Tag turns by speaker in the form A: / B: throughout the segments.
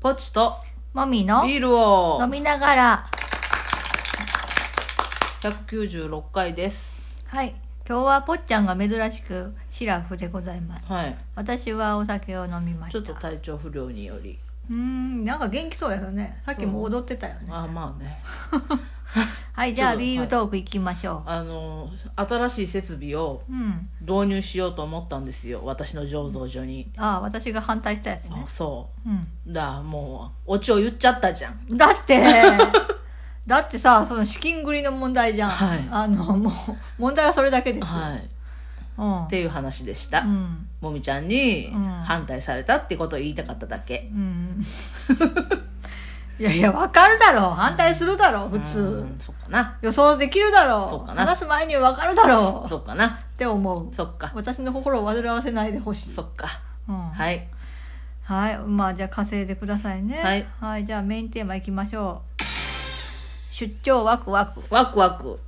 A: ポチと
B: もみの
A: ビールを
B: 飲みながら
A: 196回です。
B: はい今日はぽっちゃんが珍しくシラフでございます
A: はい。
B: 私はお酒を飲みまし
A: ち
B: た
A: ょっと体調不良により。
B: うーんなんか元気そうやったねさっきも踊ってたよね
A: あまあね。
B: はいじゃ
A: そ
B: あ
A: う
B: ビールトークいきましょ
A: あの、新しい設備を
B: う、うん
A: 導入しようと思ったんですよ。私の醸造所に。
B: ああ私が反対したやつね
A: あそ
B: うん
A: う。だ、もう、オチを言っちゃったじゃん。
B: だって だってさその資金繰りの問題じゃん、
A: はい
B: あのもう問題はそれだけです、
A: はい。っ
B: うん
A: ていう話でした。
B: うん
A: もみちゃんに
B: うん
A: 反対されたってことを言いたかっただけ。
B: うん いやいやわかるだろう反対するだろう普通、
A: うんそっかな。
B: 予想できるだろう
A: そうかな
B: 話す前にわかるだろう
A: そっかな。
B: って思う
A: そっか。
B: 私の心を煩わせないでほしい、
A: そっか。
B: うんはい、
A: はい。
B: まあじゃあ稼いでくださいね
A: はい、
B: じゃあメインテーマいきましょう出張ワクワク
A: ワクワク。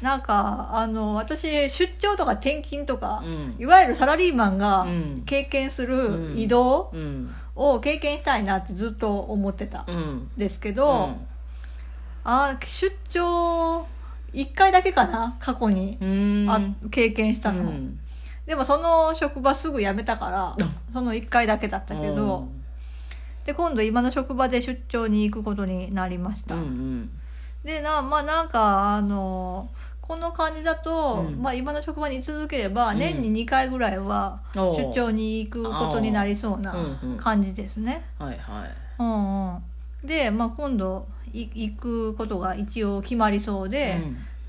B: なんかあの私出張とか転勤とか、
A: うん
B: いわゆるサラリーマン
A: う
B: が
A: ん。
B: 経験す
A: う
B: る
A: ん
B: 移動
A: うん。
B: を経験したいなってずっと思ってたん
A: うん。
B: ですけど、あー出張1回だけかな過去に、
A: うん。
B: あ
A: うん
B: 経験したの、
A: うん
B: でもその職場すぐ辞めたからその1回だけだったけど、で今度今の職場で出張に行くことになりました、
A: うんうん
B: でなまあなんかあのこの感じだと、
A: うん
B: まあ、今の職場に居続ければ
A: うん
B: 年に2回ぐらいは
A: おう
B: 出張に行くことになりそうな
A: うんうん
B: 感じですね。
A: はいはい
B: うんうん、で、まあ、今度い行くことが一応決まりそうで、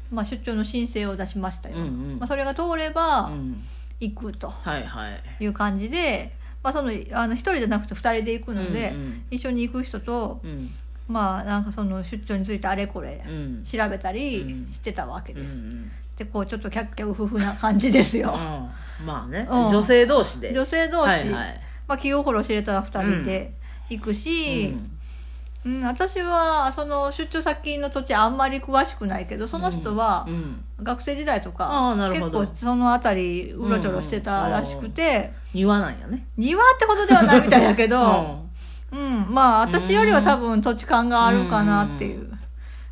B: まあ、出張の申請を出しましたよ。
A: うんうん
B: まあ、それが通れば
A: うん
B: 行くと
A: はいはい
B: いう感じで、まあ、そのあの1人じゃなくて2人で行くので、
A: うん
B: 一緒に行く人と、
A: うん
B: まあ、なんかその出張についてあれこれ
A: うんうん
B: 調べたり
A: うん
B: してたわけ
A: う
B: です。
A: ん
B: でこうちょっとキャッキャウフフな感じですよ
A: うんまあね
B: うん
A: 女性同士で
B: 女性同士、
A: はいはい
B: まあ、気心知れたら2人で行くし、うん私はその出張先の土地あんまり詳しくないけどその人は
A: うんうん
B: 学生時代と
A: あ
B: か
A: ーなる
B: 結
A: ほど
B: 構その辺りうろちょろしてたらしくて、
A: 庭なんやね
B: 庭ってことではないみたいだ け
A: う
B: ど、
A: ん
B: うんまあ私よりは多分土地勘があるかなっていう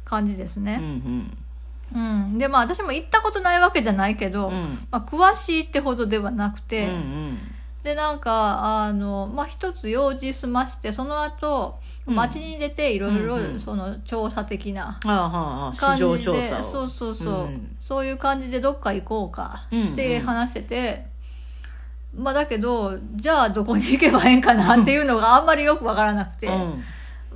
B: 感じです
A: うん
B: ね。うん、でまあ私も行ったことないわけじゃないけど、
A: うんうん
B: まあ、詳しいってほどではなく
A: う
B: て。
A: ん
B: でなんかあの、まあ、一つ用事済ましてその後
A: うん
B: 街に出ていろい
A: うんうん
B: ろその調査的な
A: ああはあ
B: 感
A: 市
B: じで、
A: 場調査を
B: そうそうそう、
A: うん
B: そういう感じでどっか行こうか
A: うん
B: って話してて、まあ、だけどじゃあどこに行けばええんかなっていうのがあんまりよくわからなくて、
A: うん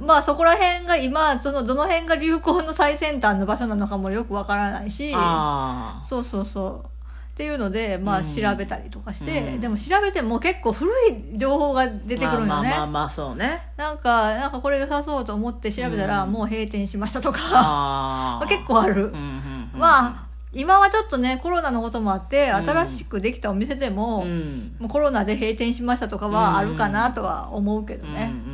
B: まあそこら辺が今そのどの辺が流行の最先端の場所なのかもよくわからないし。
A: ああ
B: そうそうそうっていうので、
A: う
B: まあ、
A: ん
B: 調べたりとかして、
A: うん
B: でも調べても結構古い情報が出てくるよね、
A: まあまあまあまあそうね
B: なんかなんかこれ良さそうと思って調べたら、
A: うん
B: もう閉店 しましたとか、
A: あ
B: ま
A: あ
B: あ、 結構あ
A: う
B: る、
A: んうんうん
B: まあ今はちょっとねコロナのこともあって
A: うん
B: 新しくできたお店でも,、
A: うん
B: もうコロナで閉店しましたとかはあるかなとは思うけど
A: う
B: ね、
A: ん
B: う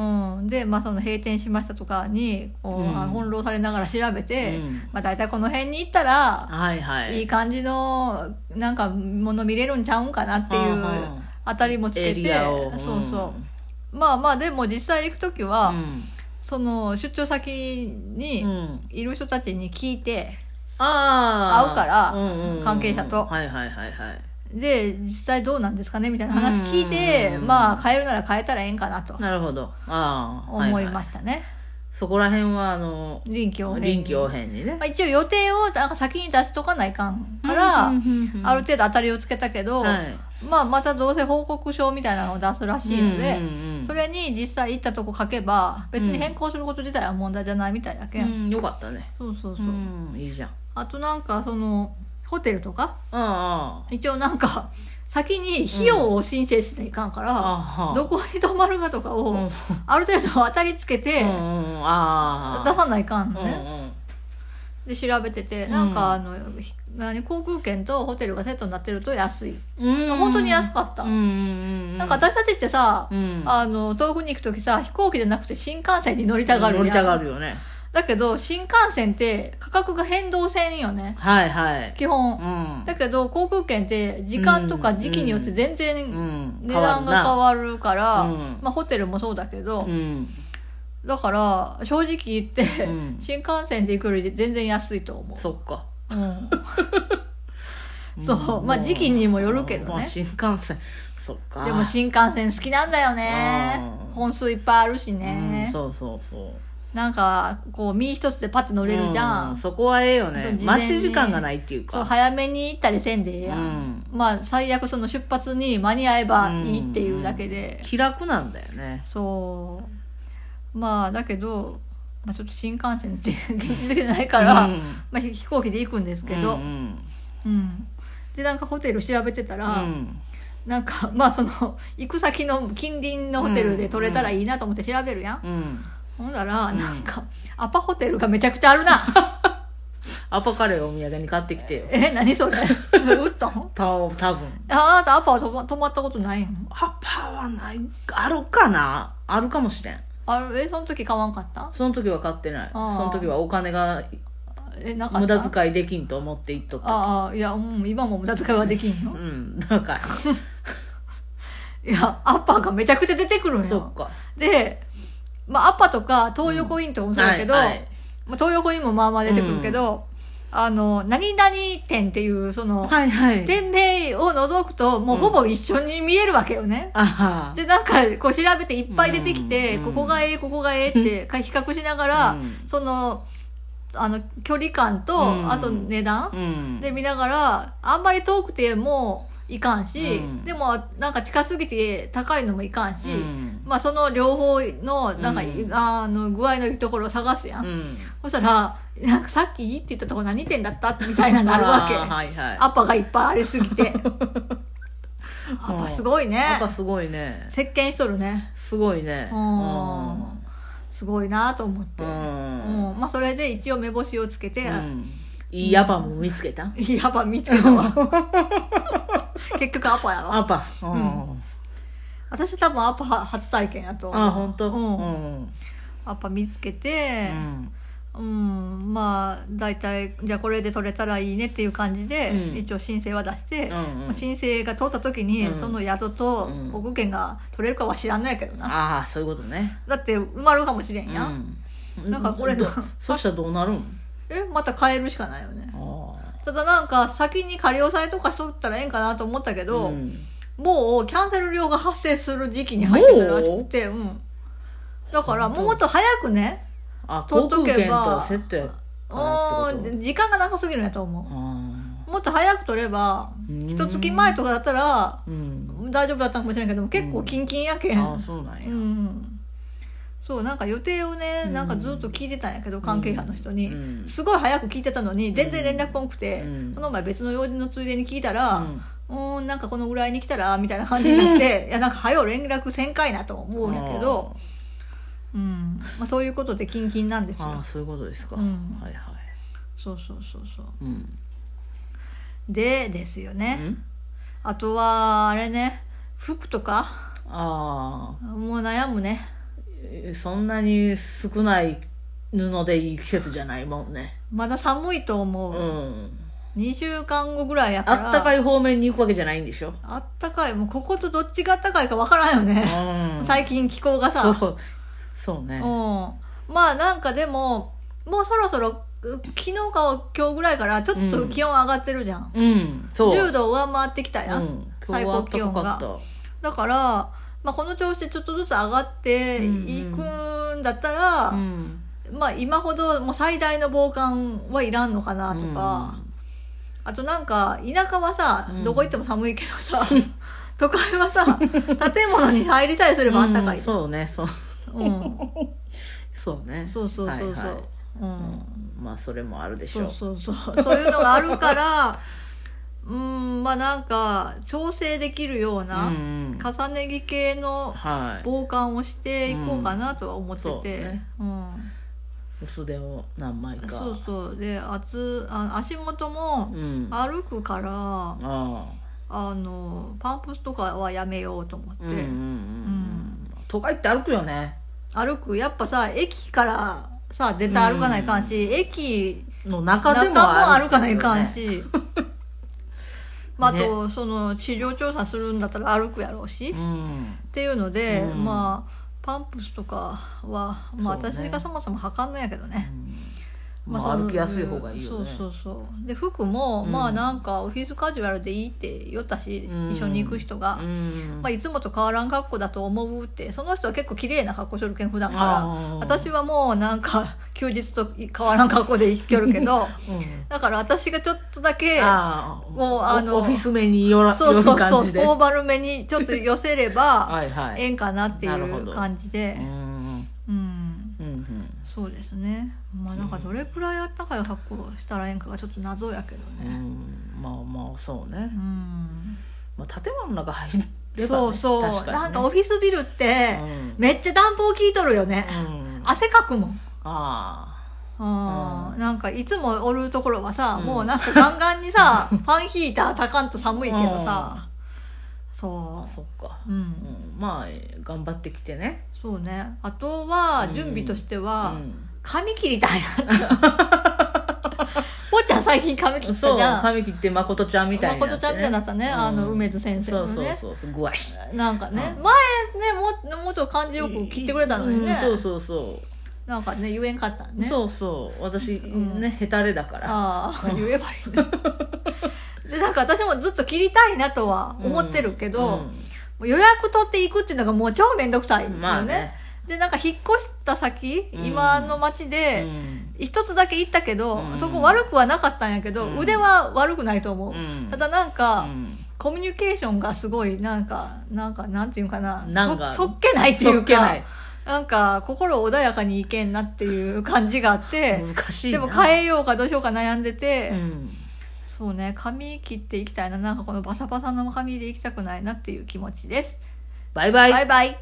B: んで、まあ、その閉店しましたとかにこう、
A: うん
B: あ翻弄されながら調べて、
A: うん
B: まあ、大体この辺に行ったら
A: うんはいはい
B: いい感じのなんかもの見れるんちゃうんかなってい
A: うんう
B: うん当たりもつけ
A: エ
B: て
A: リアを
B: そうそうまあまあでも実際行く時は、
A: うん
B: その出張先
A: う
B: に
A: ん
B: いる人たちに聞いて
A: あー
B: 会うから
A: んんん
B: 関係者と
A: はいはいはいはい
B: で実際どうなんですかねみたいな話聞いて、
A: うん
B: まあ変えるなら変えたらええんかなと
A: なるほどああ
B: 思いま
A: し
B: したね、
A: たそこら辺はあの
B: 臨機応変に
A: 臨機応変にね
B: まあ、一応予定をなんか先に出しとかないかんから、
A: うんうんうん
B: ある程度当たりをつけたけど、
A: はい
B: まあまたどうせ報告書みたいなのを出すらしいので、
A: うんうんうん
B: それに実際行ったとこ書けば別に変更すること自体は問題じゃないみたいだけ、、
A: うんんよかったね
B: そうそうそうう、
A: んいいじゃん
B: あとなんかそのホテルとか
A: ああ
B: 一応なんか 先に費用を申請していかんから、
A: ああ
B: どこに泊まるかとかを、
A: うん
B: ある程度当たりつけて
A: う
B: 出
A: んうんああ
B: さないかんの
A: うん
B: ね、
A: うん
B: で調べててなんかあの、ひ何航空券とホテルがセットになってると安い、
A: うん
B: 本当に安かった、
A: うんうんう
B: なんか私たちってさ、
A: うん
B: あの遠くに行く時さ飛行機じゃなくて新幹線に乗りたがるやん
A: 乗りたがるよね
B: だだけど新幹線って価格が変動せんよね
A: はいはい
B: 基本、
A: うん
B: だけど航空券って時間とか時期によって全然
A: うん
B: 値段が変わるから、
A: うん
B: まあ、ホテルもそうだけど、
A: うん
B: だから正直言って、
A: うん
B: 新幹線で行くより全然安いと思
A: そっか
B: う、うんそうまあ時期にもよるけど
A: まあ
B: ね
A: 新幹線そっか
B: でも新幹線好きなんだよね
A: うん
B: 本数いっぱいあるし
A: う
B: ね
A: ん、そうそうそう
B: なんかこう身一つでパッて乗れるじゃん、
A: うそこはええよ
B: そ
A: ね
B: う事前に
A: 待ち時間がないっていう
B: そう
A: か
B: 早めに行ったりせんでええやん、
A: うん
B: まあ最悪その出発に間に合えばいいっていうだけで、
A: 気楽なんだよね
B: そうまあだけど、まあ、ちょっと新幹線って現実的じゃないから、
A: うん
B: まあ、飛行機で行くんですけど、
A: う
B: うんん
A: うん
B: でなんかホテル調べてたら、
A: うん
B: なんか まあその行く先の近隣のホテルで取れたらいいなと思って調べるやん、
A: うん
B: ほんならなんか、アパホテルがめちゃくちゃあるな
A: アパカレーをお土産に買ってきてよ
B: え何それ 打ったん
A: た多分
B: あなたアパは泊ま泊まったことないん
A: アパはないあるかなあるかもしれん
B: あれえその時買わんかった
A: その時は買ってないそ
B: あー
A: の時はお金が
B: えなかった
A: 無駄遣いできんと思って行っとった
B: ああいやうん今も無駄遣いはできんの
A: うんだから
B: いやアッパーがめちゃくちゃ出てくるん
A: そ
B: よ
A: っか
B: で、まあ、アッパーとか東横インとかもそうだけど、
A: うんはいはい
B: まあ、東横インもまあまあ出てくるけど、あの何々店っていうその、
A: はいはい
B: 店名を除くともうほぼ一緒に見えるわけよね、
A: あは
B: でなんかこう調べていっぱい出てきて、
A: うん
B: ここがええここがええってか比較しながら、
A: うん
B: そのあの距離感と、
A: うん
B: あと値段、
A: うん
B: で見ながらあんまり遠くてもいかんし、
A: うん
B: でもなんか近すぎて高いのもいかんし、
A: うん
B: まあその両方のなんか、
A: うん
B: あの具合のいいところを探すやん、
A: うん
B: そしたら「なんかさっきいいって言ったとこ何店だった?」みたいななるわけ、
A: あーはいはい
B: アパがいっぱいありすぎ てアパすごいね
A: アパすごいね
B: 石鹸しとるね
A: すごいね
B: うんすごいなと思って、
A: う
B: うん
A: ん
B: まあそれで一応目星をつけて、
A: うんいいアパも見つけた
B: やば見つけたわ 結局アパやろ
A: アパう
B: うん私多分アパ初体験やと
A: あ本当
B: うん
A: うん
B: アパ見つけて
A: うん
B: うん、まあ大体じゃあこれで取れたらいいねっていう感じで、
A: うん
B: 一応申請は出して、
A: うんうん
B: 申請が通った時に、
A: うん
B: その宿と
A: うん
B: 保護券が取れるかは知らんないけどな、
A: ああそういうことね
B: だって埋まるかもしれんや、ん、
A: うん
B: なんかこれ
A: ど
B: な
A: そしたらどうなるん
B: えまた変えるしかないよね
A: あ
B: ただなんか先に仮押さえとかしとったらええんかなと思ったけ
A: あ
B: ど、
A: うん
B: もうキャンセル料が発生する時期に入ってくるらしくてうんだからもうもっと早くね
A: あ
B: 取
A: 航
B: っと
A: 空
B: け
A: 券
B: ば
A: とセットやからってこ
B: うん時間が長すぎるんやと思
A: とあ
B: うもっと早く取れば
A: うん
B: 一月前とかだったら
A: ーうん
B: 大丈夫だったかもしれないけど結構キンキンやけん
A: ああそうなん
B: う
A: や
B: んそうなんか予定をねなんかずっと聞いてたんやけど関係者の人に
A: うん
B: すごい早く聞いてたのに全然連絡こんくて
A: うん
B: この前別の用事のついでに聞いたら
A: うん
B: うーんなんかこのぐらいに来たらみたいな感じに なっていやなんか早う連絡せんかいなと思うんやけど、うんまあ、そういうことでキンキンなんです
A: ああ
B: よ
A: そういうことですか、
B: うん
A: はいはい
B: そうそうそうそう
A: うん
B: でですよ
A: う
B: ね
A: ん
B: あとはあれね服とか
A: ああ
B: もう悩むね
A: えーそんなに少ない布でいい季節じゃないもんね
B: まだ寒いと思
A: う
B: う、
A: ん
B: 2週間後ぐらいやか
A: あ
B: ら
A: ったか
B: い
A: い方面に行くわけじゃないんでしょ
B: あったかいもうこことどっちがあったかいかわからんよね、
A: うん
B: 最近気候がさ
A: そうそうね
B: うん、まあなんかでももうそろそろう昨日か今日ぐらいからちょっと気温上がってるじゃん、
A: うんそう
B: 10度上回ってきた
A: うん
B: やん、
A: 今日
B: 最
A: は
B: 高
A: あった
B: 気
A: か
B: 温
A: かっ
B: が
A: た
B: だから、まあ、この調子でちょっとずつ上がっていくんだったら、
A: うん
B: まあ今ほどもう最大の防寒はいらんのかなとか、あとなんか田舎はさ
A: うん
B: どこ行っても寒いけどさ、 都会は さ建物に入りさえす
A: う
B: れ
A: ん
B: ばあったかい、
A: うんそうねそう
B: うん、
A: そうね
B: そうそうそうそう、
A: はいはい
B: うん
A: うんまあそれもあるでし
B: そ
A: ょ
B: うそうそうそういうのがあるから うんまあなんか調整できるような、
A: んん
B: 重ね着系の
A: はい
B: 防寒をしていこうかなとは思ってて、
A: うんそうね
B: うん
A: 薄手を何枚か
B: そうそうで厚あ足元も
A: うんあ
B: 歩くから、
A: あ
B: あのパンプスとかはやめようと思って、
A: うんうんうんうん
B: ん
A: 都会って歩くよね
B: 歩くやっぱさ駅からさ絶対歩かないかんし、駅
A: の中
B: 中
A: でも
B: も歩かないかん
A: ね
B: し、 まあ、あとその市場調査するんだったら歩くやろうし、
A: う
B: っ
A: ん
B: ていうので、
A: うん
B: まあパンプスとかは、まあ、
A: そうね
B: 私がそもそも測んのやけどね。
A: ま
B: そ
A: あ
B: の
A: 歩きやすい方がいいよね
B: そうそうそうで服も、
A: うん
B: まあなんかオフィスカジュアルでいいって言ったし、
A: うん
B: 一緒に行く人が、
A: うん
B: まあ、いつもと変わらん格好だと思うってその人は結構綺麗な格好しとるけん普段か
A: あ
B: ら
A: ー
B: 私はもうなんか休日と変わらん格好で生きよるけ ど
A: うん
B: だから私がちょっとだけ
A: あー
B: もうあの
A: オフィス目によら
B: そうそう
A: よる
B: そう
A: 感
B: フ
A: じ
B: ォ
A: で
B: ーマルめにちょっと寄せれ ば
A: はいはい
B: ええんかなってい
A: なるほ
B: う
A: ど
B: 感じ
A: う
B: で
A: ん
B: うん
A: うんうん
B: そうですねまあなんかどれくらいあったかい格好をしたらええんかがちょっと謎やけど
A: う
B: ね
A: んまあまあそうね
B: う、ん
A: まあ、建物の中入れば、ね、
B: そうそう
A: 確かにね、
B: なんかオフィスビルって
A: うん
B: めっちゃ暖房効いとるよね
A: うんあ
B: 汗かくもん
A: あ
B: あー
A: う
B: なんかいつもおるところはさ、
A: うん
B: もうなんかガンガンにさファンヒーターたかんと寒いけどさ、
A: あ
B: そ
A: そっか、
B: うう
A: うんん、まあ頑張ってきてね
B: そうねあとは
A: うん
B: 準備としては、
A: うん
B: 髪切りたいな ってぽっちゃん最近髪切っ
A: そ
B: た
A: う
B: じゃん
A: 髪切って誠ちゃんみたいになって、ね、
B: 誠ちゃんみたいになったね、あの梅津先生のね
A: そうそうそうぐわし
B: なんかね、
A: う
B: 前ねもっもっと感じよく切ってくれたのにね、
A: うんそうそうそ
B: なんかね言えんかった
A: う、
B: ね
A: そうそう私、
B: ん
A: ねへたれだから
B: ああ、言えばいいね。 で、なんか私もずっと切りたいなとは思ってるけど、
A: うん
B: もう予約取っていくっていうのがもう超めんどくさいよね。
A: まあね
B: で、なんか引っ越した先、
A: うん
B: 今の町
A: う
B: で、
A: ん
B: 一つだけ行ったけど、
A: うん
B: そこ悪くはなかったんやけど、
A: うん
B: 腕は悪くないと思う。
A: うん
B: ただなんか、
A: うん
B: コミュニケーションがすごい、なんか、なんか、なんていうかな、
A: なんか
B: そそっけないってい
A: そうっけな
B: か
A: い、
B: なんか、心穏やかにいけんなっていう感じがあって、
A: 難しい
B: で
A: な
B: も変えようかどうしようか悩んでて、
A: うん
B: そうね髪切っていきたいななんかこのバサバサの髪でいきたくないなっていう気持ちです、
A: バイバイ
B: バイバイ